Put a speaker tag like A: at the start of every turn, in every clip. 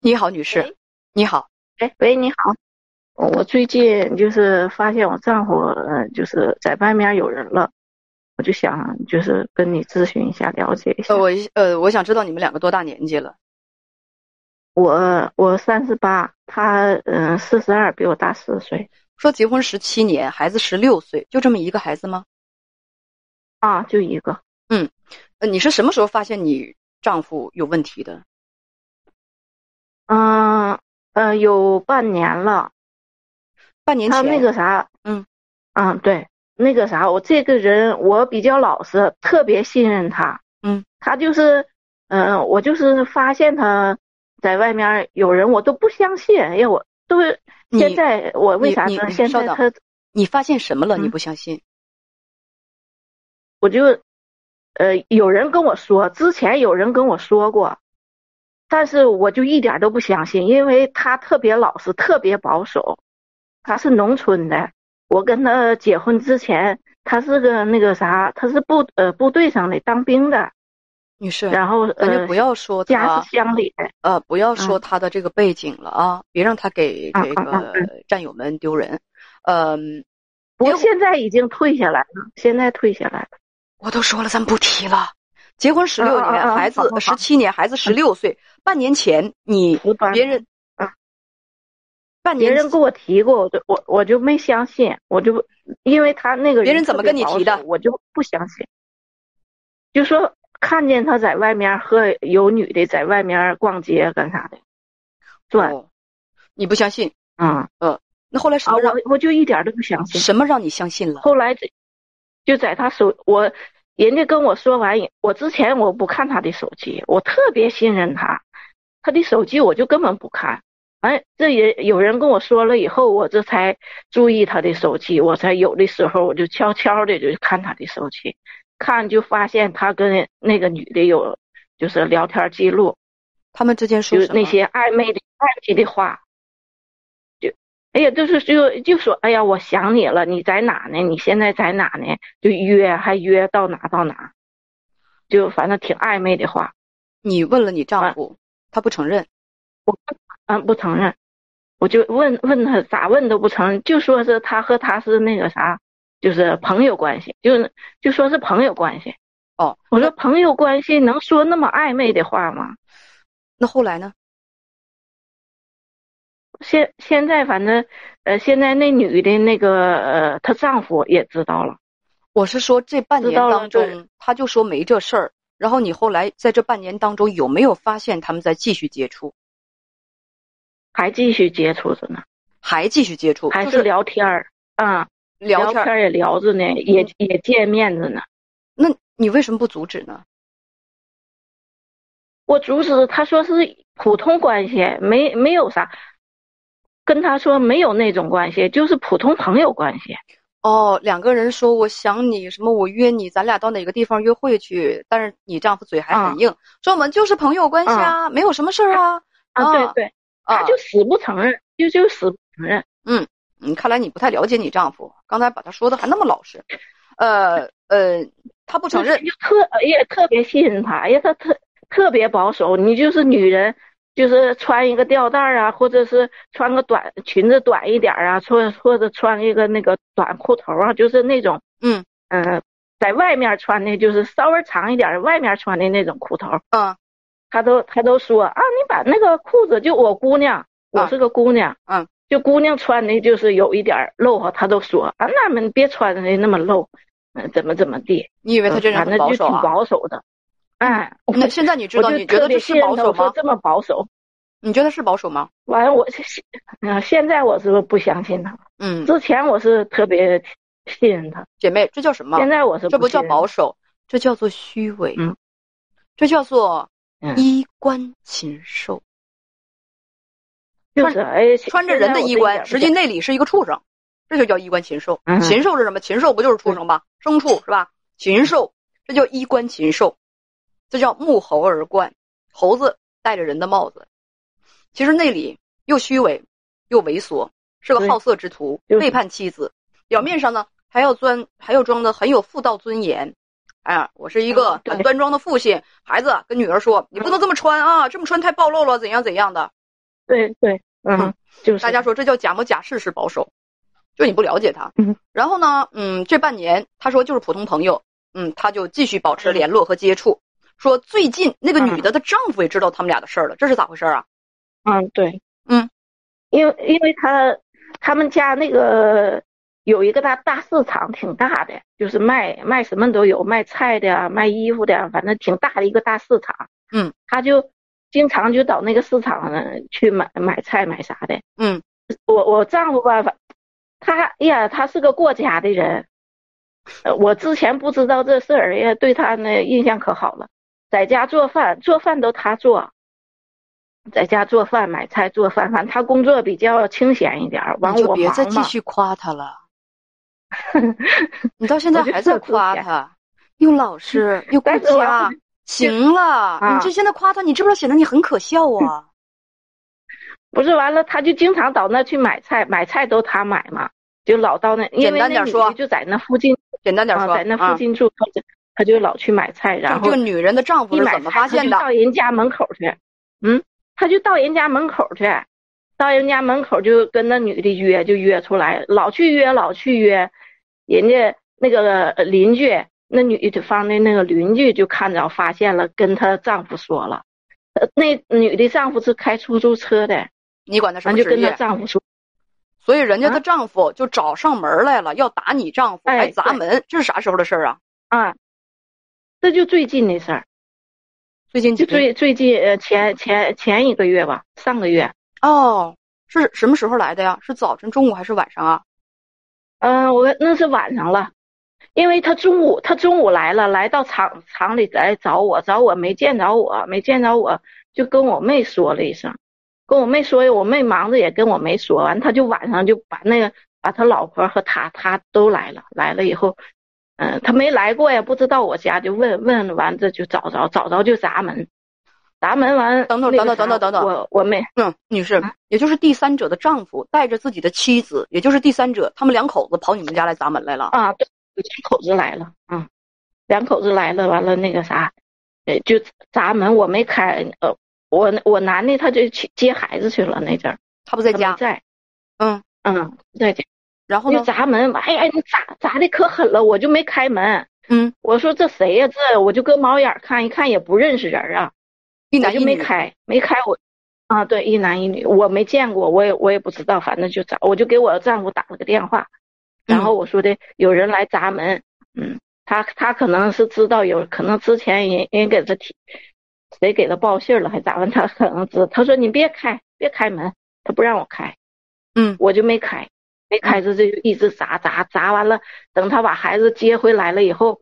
A: 你好，女士
B: 喂。
A: 你好，
B: 哎，喂，你好，哦我我最近就是发现我丈夫，呃，就是在外面有人了，我就想就是跟你咨询一下，了解一下。
A: 呃，我呃，我想知道你们两个多大年纪了？
B: 我我三十八，他嗯四十二，比我大四岁
A: 说结婚十七年，孩子十六岁，就这么一个孩子吗？
B: 啊，就一个。
A: 呃，你是什么时候发现你丈夫有问题的？
B: 嗯呃，有半年了。
A: 半年
B: 他
A: 前。
B: 啊那个啥，
A: 嗯
B: 嗯，对，那个啥，我这个人我比较老实，特别信任他。
A: 嗯，
B: 他就是，嗯、我就是发现他在外面有人，我都不相信。哎呀，我都是
A: 你
B: 现在我为啥
A: 你
B: 呢？
A: 你
B: 现
A: 稍
B: 在
A: 等
B: 他
A: 你发现什么了？
B: 嗯
A: 你不相信？
B: 我就，呃，有人跟我说，之前有人跟我说过，但是我就一点都不相信，因为他特别老实，特别保守。他是农村的，我跟他结婚之前，他是个那个啥，他是部呃部队上的当兵的，
A: 女士，
B: 然后
A: 咱
B: 呃
A: 就不要说
B: 家
A: 他啊
B: 是，乡里的，
A: 呃，不要说他的这个背景了啊，别让他给
B: 嗯
A: 这
B: 嗯
A: 个
B: 嗯
A: 战友们丢人。嗯，
B: 我
A: 结果
B: 现在已经退下来了，现在退下来了。
A: 我都说了，咱不提了。结婚十六
B: 嗯嗯
A: 年，
B: 嗯
A: 孩
B: 好
A: 子
B: 好
A: 十
B: 好
A: 七年，孩子十六岁，半年前你
B: 我把
A: 别人
B: 嗯，
A: 半
B: 别
A: 年
B: 人跟我提过，我就我我就没相信，我就因为他那个
A: 别人怎么跟你
B: 特别
A: 提的
B: 保守我就不相信。就说看见他在外面和有女的在外面逛街干啥的，转
A: 哦你不相信？
B: 啊、嗯、
A: 那后来什
B: 啊，
A: 么让
B: 我我就一点都不相信。
A: 什么让你相信了？
B: 后来这就在他手，我人家跟我说完，我之前我不看他的手机，我特别信任他，他的手机我就根本不看。哎，这也有人跟我说了以后，我这才注意他的手机，我才有的时候我就悄悄的就看他的手机，看就发现他跟那个女的有就是聊天记录，
A: 他们之间说
B: 就
A: 什么？
B: 那些暧昧的暧昧的话，就哎呀，就是就就说哎呀，我想你了，你在哪呢？你现在在哪呢？就约还约到哪到哪，就反正挺暧昧的话，
A: 你问了你丈夫，他不承认。
B: 嗯，不承认。我就问问他咋问都不承认，就说是他和他是那个啥，就是朋友关系，就是就说是朋友关系。
A: 哦，
B: 我说朋友关系能说那么暧昧的话吗？
A: 那后来呢？
B: 现现在反正，呃，现在那女的那个呃，她丈夫也知道了，
A: 我是说这半年
B: 知道了
A: 当中
B: 对，
A: 他就说没这事儿。然后你后来在这半年当中有没有发现他们在继续接触，
B: 还继续接触着呢，
A: 还继续接触，
B: 还
A: 就是
B: 聊天儿，啊、
A: 聊
B: 天
A: 天儿？嗯
B: 儿也聊着呢，也也见面着呢。
A: 那你为什么不阻止呢？
B: 我阻止他说是普通关系，没没有啥，跟他说没有那种关系，就是普通朋友关系。
A: 哦，两个人说我想你，什么我约你，咱俩到哪个地方约会去？但是你丈夫嘴还很
B: 嗯
A: 硬，说我们就是朋友关系啊，没有什么事儿啊。
B: 啊，
A: 啊
B: 对对，
A: 啊
B: 他就死不承认，就就死不承认。
A: 嗯，看来你不太了解你丈夫，刚才把他说的还那么老实。呃呃，他不承 认，
B: 就特呃也特别信任他，哎呀，他特特别保守。你就是女人，就是穿一个吊带儿啊，或者是穿个短裙子短一点儿啊，或或者穿一个那个短裤头啊，就是那种
A: 嗯
B: 嗯、呃在外面穿的就是稍微长一点儿，外面穿的那种裤头，
A: 嗯
B: 他都他都说啊，你把那个裤子就我姑娘，我是个姑娘，
A: 嗯
B: 就姑娘穿的就是有一点儿露哈，他都说啊，那么你别穿的那么露，嗯、怎么怎么地。
A: 你以为他这人
B: 嗯
A: 很
B: 反正
A: 保
B: 就
A: 守
B: 挺
A: 啊？
B: 保守的。哎，我
A: 那现在你知
B: 我
A: 道，
B: 就
A: 你觉
B: 特
A: 得
B: 别
A: 这
B: 信
A: 是
B: 任
A: 保
B: 他，
A: 守
B: 我说
A: 吗？
B: 这么保守，
A: 你觉得是保守吗？
B: 完了我现嗯现在我是不相信他，
A: 嗯，
B: 之前我是特别信任他，
A: 啊姐妹，这叫什么？
B: 现在我是
A: 这不叫保
B: 守，
A: 守，这叫做虚伪。
B: 嗯，
A: 这叫做
B: 嗯
A: 衣冠禽兽，
B: 就是哎，现
A: 穿着人的衣冠，实际
B: 现在
A: 内里是一个畜生，这就叫衣冠禽兽。
B: 嗯
A: 禽兽是什么？禽兽不就是畜生吧？牲畜是吧？禽兽，这叫衣冠禽兽，这叫沐猴而冠。猴子戴着人的帽子，其实内里又虚伪又猥琐，是个
B: 对
A: 好色之徒，
B: 就是
A: 背叛妻子。表面上呢，还要装，还要装的很有妇道尊严。哎呀，我是一个
B: 嗯对
A: 很端庄的父亲。孩子跟女儿说：“你不能这么穿啊，这么穿太暴露了，怎样怎样的。”
B: 我也对对，嗯
A: 嗯，
B: 就是
A: 大家说这叫假模假式式保守，就你不了解他
B: 嗯。
A: 然后呢，嗯，这半年他说就是普通朋友，嗯，他就继续保持联络和接触。说最近那个女的的丈夫也知道他们俩的事儿了，这是咋回事儿啊？
B: 嗯，对，
A: 嗯，
B: 因为因为他他们家那个有一个大大市场，挺大的，就是卖卖什么都有，卖菜的啊，卖衣服的啊，反正挺大的一个大市场。
A: 嗯，
B: 他就经常就到那个市场呢去买买菜买啥的。
A: 嗯，
B: 我我丈夫吧，反他哎呀，他是个过家的人。呃我之前不知道这事儿，哎呀，对他呢印象可好了，在家做饭，做饭都他做。在家做饭、买菜、做饭，反正他工作比较清闲一点儿。完
A: 你就
B: 我
A: 别
B: 忙
A: 再继
B: 嘛，
A: 续夸他 了，你到现在
B: 我就
A: 还在
B: 特
A: 夸
B: 肤浅
A: 他，又老 实又顾
B: 但是我要
A: 家，行了，
B: 啊嗯
A: 你这现在夸他，你知不知道显得你很可笑啊？
B: 不是完了，他就经常到那去买菜，买菜都他买嘛，就老到那，因
A: 简
B: 为
A: 单
B: 那
A: 点
B: 女
A: 说
B: 的就在那附近，
A: 简单点
B: 啊，
A: 说，
B: 在那附
A: 啊，
B: 近住，他就他就老去买菜，然
A: 这
B: 后
A: 个女人的丈夫
B: 一
A: 是
B: 买
A: 怎么
B: 菜
A: 发
B: 他
A: 现
B: 就
A: 的？
B: 到人家门口去，嗯，他就到人家门口去，到人家门口就跟那女的约，就约出来，老去约，老去约，人家那个呃邻居，那女方的那个邻居就看着发现了，跟她丈夫说了，呃那女的丈夫是开出租车的，
A: 你管他什
B: 完
A: 么
B: 就
A: 职
B: 跟她
A: 业？
B: 丈夫说，
A: 所以人家的
B: 啊
A: 丈夫就找上门来了，要打你丈夫，
B: 哎
A: 还砸
B: 对
A: 门，这是啥时候的事儿啊？
B: 啊，这就最近的事儿，
A: 最近
B: 就
A: 几天
B: 最最近呃前前前一个月吧，上个月，
A: 哦，是什么时候来的呀？是早晨、中午还是晚上啊？
B: 嗯，我那是晚上了，因为他中午他中午来了，来到厂厂里来找我，找我没见着我，没见着我就跟我妹说了一声，跟我妹说，我妹忙着也跟我没说完，他就晚上就把那个把他老婆和他他都来了，来了以后，嗯，他没来过呀，不知道我家，就问问完这就找着，找着就砸门，砸门完
A: 等等
B: 那个
A: 等等
B: 啥
A: 等等等
B: 我我妹
A: 嗯，女士
B: 啊，
A: 也就是第三者的丈夫带着自己的妻子，也就是第三者，他们两口子跑你们家来砸门来了。
B: 啊，对，两口子来了，嗯，两口子来了，完了那个啥，呃，就砸门，我没开，呃，我我男的他就去接孩子去了那阵儿，
A: 他不在
B: 他没
A: 家，
B: 在，
A: 嗯
B: 嗯，不在家，
A: 然后
B: 就
A: 呢？
B: 砸门，哎哎，你砸砸的可狠了，我就没开门，
A: 嗯，
B: 我说这谁呀、这我就搁猫眼儿看一看，也不认识人儿啊，
A: 一
B: 我
A: 男
B: 就
A: 一
B: 没
A: 女，
B: 开，没开我。啊，对，一男一女，我没见过，我也我也不知道，反正就找，我就给我丈夫打了个电话，然
A: 嗯
B: 后我说的有人来砸门，嗯，他他可能是知道有，可能之前人人给他提，谁给他报信儿了还咋完，他可能知，他说你别开，别开门，他不让我开，
A: 嗯
B: 我就没开，没开这这就一直砸砸砸完了，等他把孩子接回来了以后，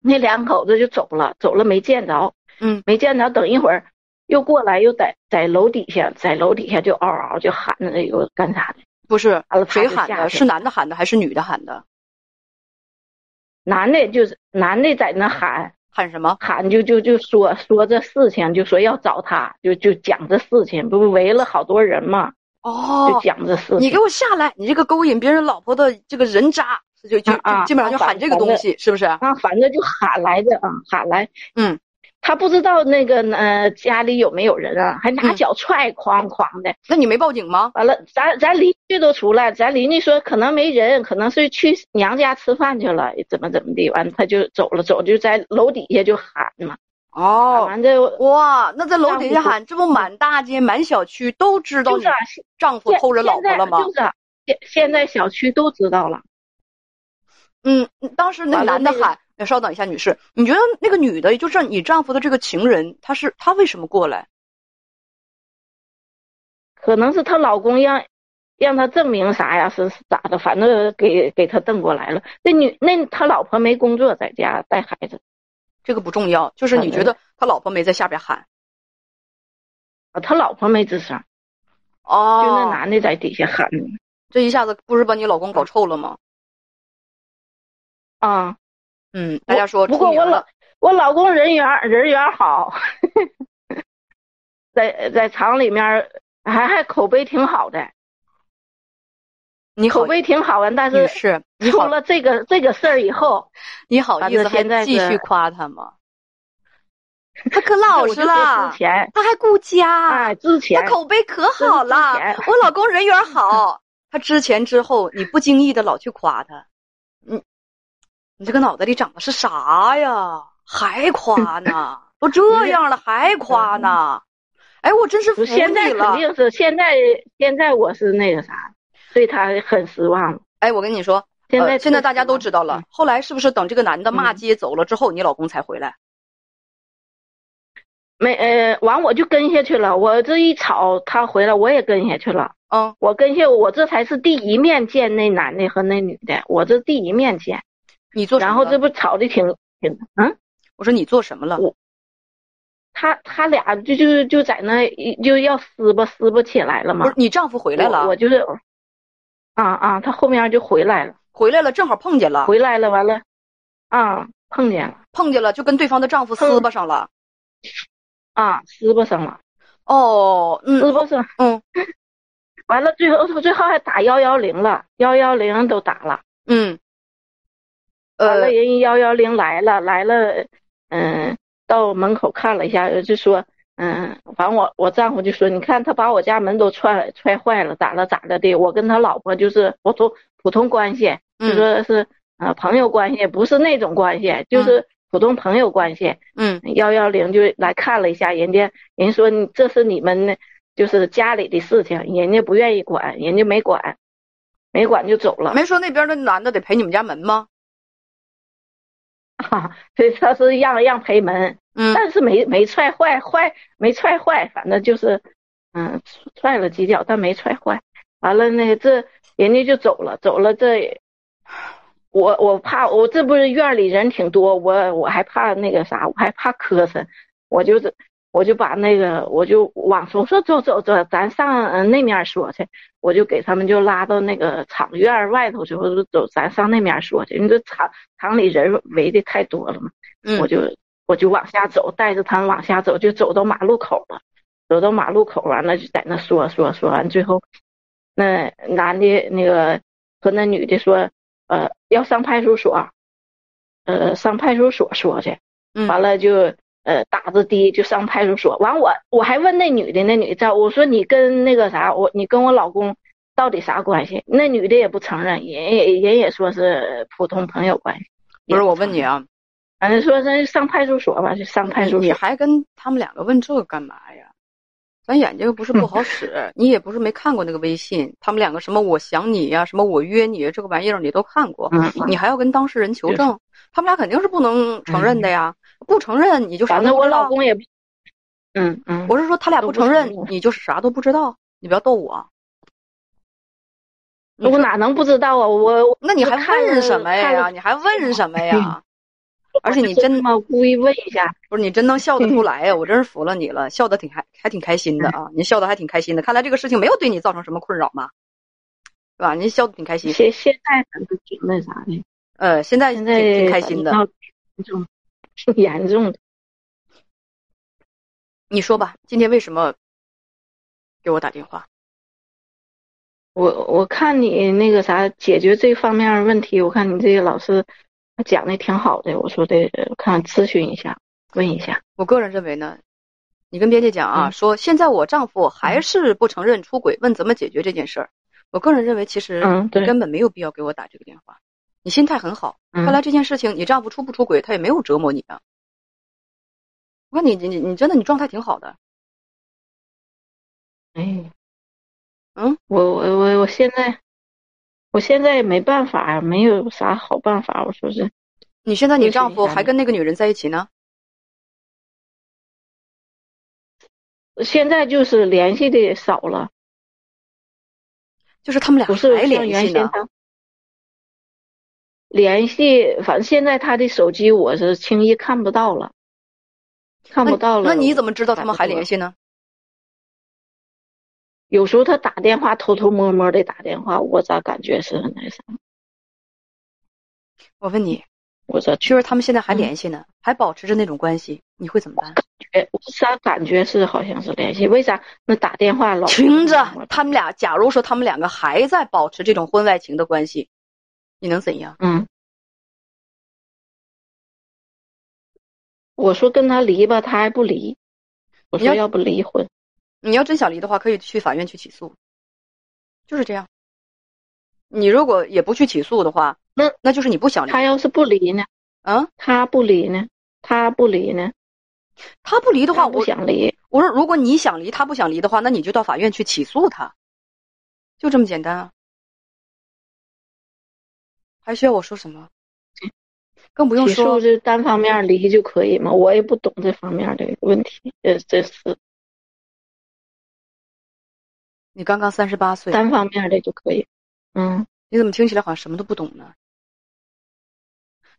B: 那两口子就走了，走了没见着，
A: 嗯，
B: 没见着，等一会儿又过来又在在楼底下，在楼底下就嗷嗷就喊着有干啥的，
A: 不是
B: 完了啪
A: 谁
B: 就
A: 喊
B: 下
A: 的？
B: 去
A: 是男的喊的还是女的喊的？
B: 男的就是男的在那喊
A: 喊什么？
B: 喊就就就说说这事情，就说要找他，就就讲这事情，不围了好多人嘛，
A: 哦
B: 就，讲这事
A: 你
B: 情
A: 给。我下来！你这个勾引别人老婆的这个人渣，就就
B: 啊啊
A: 就基本上就
B: 啊
A: 喊这个
B: 反
A: 东西，是不是？
B: 啊，反正就喊来的啊，喊来，
A: 嗯，
B: 他不知道那个呃家里有没有人啊，还拿
A: 嗯
B: 脚踹，哐哐的。
A: 那你没报警吗？
B: 完了，咱咱邻居都出来，咱邻居说可能没人，可能是去娘家吃饭去了，怎么怎么地，完他就走了，走就在楼底下就喊嘛，喊
A: 哦，
B: 完这
A: 哇，那在楼底下
B: 丈夫
A: 喊，这不满大街、满小区都知道
B: 就
A: 你
B: 是啊
A: 丈夫偷人老婆了吗？
B: 现在就是现现在小区都知道了，
A: 嗯，当时那
B: 完了
A: 男的
B: 那个
A: 喊，呃稍等一下，女士，你觉得那个女的，也就是你丈夫的这个情人，她是她为什么过来？
B: 可能是她老公让让她证明啥呀，是是咋的，反正给给她瞪过来了。那女那她老婆没工作，在家带孩子，
A: 这个不重要，就是你觉得他老婆没在下边喊
B: 啊，他老婆没吱声，就那
A: 哦，
B: 男的在底下喊呢
A: 这一下子不是把你老公搞臭了吗？
B: 啊。
A: 嗯，大家说
B: 不过
A: 出名
B: 我
A: 了
B: 老我老公人缘儿人缘儿好， 在在厂里面儿还还口碑挺好的，
A: 你好
B: 口碑挺好的，但
A: 女
B: 是
A: 士，你
B: 出
A: 好
B: 了这个这个事儿以后，
A: 你好意思
B: 反正
A: 还
B: 现在
A: 继续
B: 是
A: 夸他 吗？他可老
B: 我
A: 实
B: 就说
A: 了
B: 之，前
A: 他还顾家，
B: 哎之前
A: 他啊口碑可
B: 是
A: 好了
B: 之前。
A: 我老公人缘 好，他之前之后，你不经意的老去夸他，你你这个脑袋里长的是啥呀？还夸呢？都这样了还夸呢？哎，我真是服
B: 不
A: 你
B: 嗯现在肯
A: 了。
B: 定是现在现在我是那个啥，对他很失望了。
A: 哎，我跟你说，
B: 现在、
A: 呃现在大家都知道
B: 嗯
A: 了。后来是不是等这个男的骂街走了之后，你老公才回来？
B: 没呃，完我就跟下去了。我这一吵，他回来我也跟下去了。
A: 嗯，
B: 我跟下，我这才是第一面见那男的和那女的，我这第一面见。
A: 你做什
B: 然
A: 么
B: 后这
A: 了？
B: 不吵的挺挺嗯，
A: 我说你做什么了？
B: 他他俩就就就在那一就要撕吧撕吧起来了
A: 不
B: 嘛
A: 是。你丈夫回来
B: 我
A: 了
B: 我，就是啊啊，他后面就回来了，
A: 回来了正好碰见了，
B: 回来了，完了啊碰见了
A: 碰见了就跟对方的丈夫撕巴上了。
B: 啊撕吧上了。
A: 哦，
B: 是
A: 嗯，
B: 不是？
A: 嗯，
B: 完了，最后最后还打幺幺零了，幺幺零都打了，
A: 嗯，
B: 完了
A: 呃，
B: 人幺幺零来了来了，嗯，到门口看了一下，就说，嗯，反正我我丈夫就说，你看他把我家门都踹踹坏了，咋了咋了的，我跟他老婆就是普通普通关系，就
A: 嗯
B: 说是呃朋友关系，不是那种关系，就是普通朋友关系。
A: 嗯
B: 幺幺零就来看了一下，人家人说你这是你们的，就是家里的事情，人家不愿意管，人家没管，没管就走了。
A: 没说那边的男的得赔你们家门吗？
B: 啊， 所以他是让让赔门，
A: 嗯，
B: 但是没没踹坏，坏没踹坏，反正就是，嗯，踹了几脚，但没踹坏。完了呢，这人家就走了，走了这。我我怕我这不是院里人挺多，我我还怕那个啥，我还怕磕碜，我就是我就把那个我就往说说走走走，咱上呃那面说去，我就给他们就拉到那个厂院外头去，我说走，咱上那面说去，因为这厂厂里人围的太多了嘛，
A: 嗯
B: 我就我就往下走，带着他们往下走，就走到马路口了，走到马路口完了就在那说说说完，最后那男的那个和那女的说，呃，要上派出所，呃，上派出所说去，
A: 嗯
B: 完了就呃打着的就上派出所。完我我还问那女的，那女的在我说你跟那个啥，我你跟我老公到底啥关系？那女的也不承认，人也人也说是普通朋友关系。
A: 不是我问你啊，
B: 反正说是上派出所吧，就上派
A: 你
B: 出
A: 你
B: 所。
A: 还跟他们两个问这个干嘛呀？咱眼睛又不是不好 使，你也不是没看过那个微信，他们两个什么我想你呀、什么我约你啊这个玩意儿你都看过，
B: 嗯，
A: 你还要跟当事人求
B: 对
A: 证，他们俩肯定是不能承认的呀，不承认你就啥
B: 嗯反
A: 都
B: 正
A: 不
B: 我
A: 知道
B: 老公也不，嗯嗯，
A: 我是说他俩
B: 都
A: 不
B: 不
A: 承
B: 承
A: 认
B: 认，
A: 你就是啥都不知道，你不要逗我。
B: 我哪能不知道啊？我我
A: 那你还
B: 看
A: 问
B: 了
A: 什么
B: 看
A: 呀？
B: 了
A: 你还 问什么呀？而且你
B: 就这
A: 真
B: 么故意问一下，
A: 不是你真能笑得出来呀！我真是服了你了，笑得挺还还挺开心的
B: 嗯
A: 啊！ 你笑得还挺开心的，看来这个事情没有对你造成什么困扰嘛，对吧？您笑得挺开心，
B: 现现在反正挺那啥的，
A: 呃，现在
B: 现
A: 挺
B: 在
A: 挺开心的。
B: 反正挺挺严重的。
A: 你说吧，今天为什么给我打电话？
B: 我我看你那个啥解决这方面问题，我看你这个老师讲的挺好的，我说的呃看咨询一下，问一下。
A: 我个人认为呢，你跟编辑讲啊，
B: 嗯
A: 说现在我丈夫还是不承认出轨，问怎么解决这件事儿。我个人认为，其实
B: 嗯，对，
A: 根本没有必要给我打这个电话。你心态很好，
B: 嗯
A: 看来这件事情，你丈夫出不出轨，他也没有折磨你啊。我看你你你你真的你状态挺好的，
B: 哎，
A: 嗯，
B: 我我我我现在我现在也没办法呀，没有啥好办法，我说是
A: 你现在你
B: 也许
A: 丈夫
B: 一下
A: 还
B: 子
A: 跟那个女人在一起呢，
B: 现在就是联系的也少了，
A: 就是他们俩
B: 不是
A: 还
B: 像
A: 联
B: 原
A: 系
B: 先
A: 呢。
B: 他联系，反正现在他的手机我是轻易看不到了，看不到了。
A: 那你怎么知道他们还联系呢？
B: 有时候他打电话偷偷摸摸的打电话，我咋感觉是很那啥？
A: 我问你，
B: 我这
A: 就是他们现在还联系呢，还保持着那种关系，你会怎么办？
B: 觉我啥感觉是好像是联系？为啥那打电话老
A: 听着，他们俩，假如说他们两个还在保持这种婚外情的关系，你能怎样？
B: 嗯，我说跟他离吧，他还不离。我
A: 你
B: 说
A: 要
B: 要不离婚？
A: 你要真想离的话，可以去法院去起诉，就是这样。你如果也不去起诉的话，
B: 那
A: 那就是你不想离
B: 他要是不离呢？
A: 啊。
B: 他不离呢？他不离呢？
A: 他不离的话，
B: 他不
A: 我
B: 想离。
A: 我说，如果你想离，他不想离的话，那你就到法院去起诉他，就这么简单啊。还需要我说什么？更不用
B: 嗯起诉
A: 说，
B: 是单方面离就可以吗？我也不懂这方面的问题，这这是
A: 你刚刚三十八岁，
B: 单方面的就可以。嗯，
A: 你怎么听起来好像什么都不懂呢？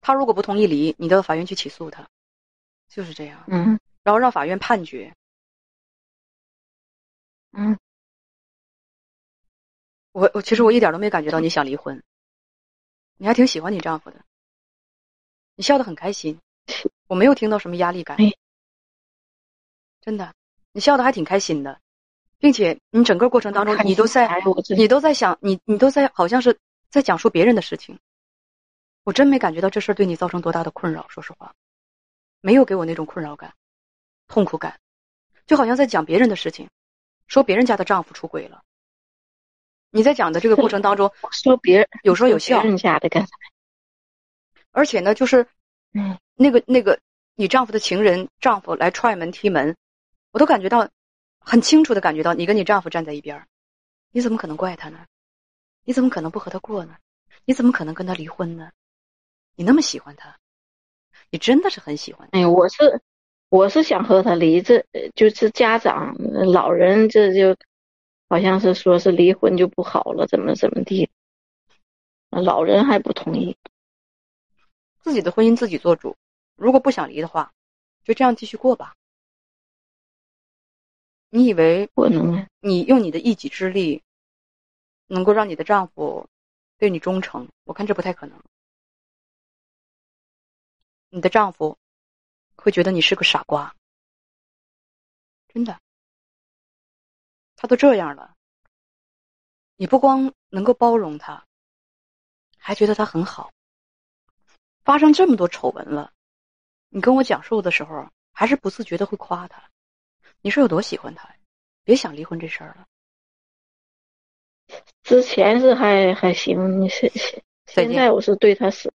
A: 他如果不同意离，你到法院去起诉他，就是这样，
B: 嗯
A: 然后让法院判决。
B: 嗯，
A: 我我其实我一点都没感觉到你想离婚，你还挺喜欢你丈夫的，你笑得很开心，我没有听到什么压力感
B: 哎，
A: 真的，你笑得还挺开心的，并且你整个过程当中你都在
B: 哎我这
A: 你都在想你你都在好像是在讲述别人的事情，我真没感觉到这事儿对你造成多大的困扰，说实话，没有给我那种困扰感、痛苦感，就好像在讲别人的事情，说别人家的丈夫出轨了。你在讲的这个过程当中，
B: 说别人
A: 有说有
B: 说
A: 笑
B: 别，人家的干啥？
A: 而且呢，就是
B: 嗯，
A: 那个那个你丈夫的情人丈夫来踹门踢门，我都感觉到很清楚的感觉到你跟你丈夫站在一边儿，你怎么可能怪他呢？你怎么可能不和他过呢？你怎么可能跟他离婚呢？你那么喜欢他，你真的是很喜欢他。
B: 哎呀，我是我是想和他离，这呃就是家长老人这就好像是说是离婚就不好了，怎么怎么地，老人还不同意。
A: 自己的婚姻自己做主，如果不想离的话，就这样继续过吧。你以为
B: 我能啊
A: 你用你的一己之力，能够让你的丈夫对你忠诚，我看这不太可能。你的丈夫会觉得你是个傻瓜，真的。他都这样了，你不光能够包容他，还觉得他很好。发生这么多丑闻了，你跟我讲述的时候，还是不自觉的会夸他，你是有多喜欢他呀？别想离婚这事儿了。
B: 之前是还还行，现现
A: 再见
B: 现在我是对他死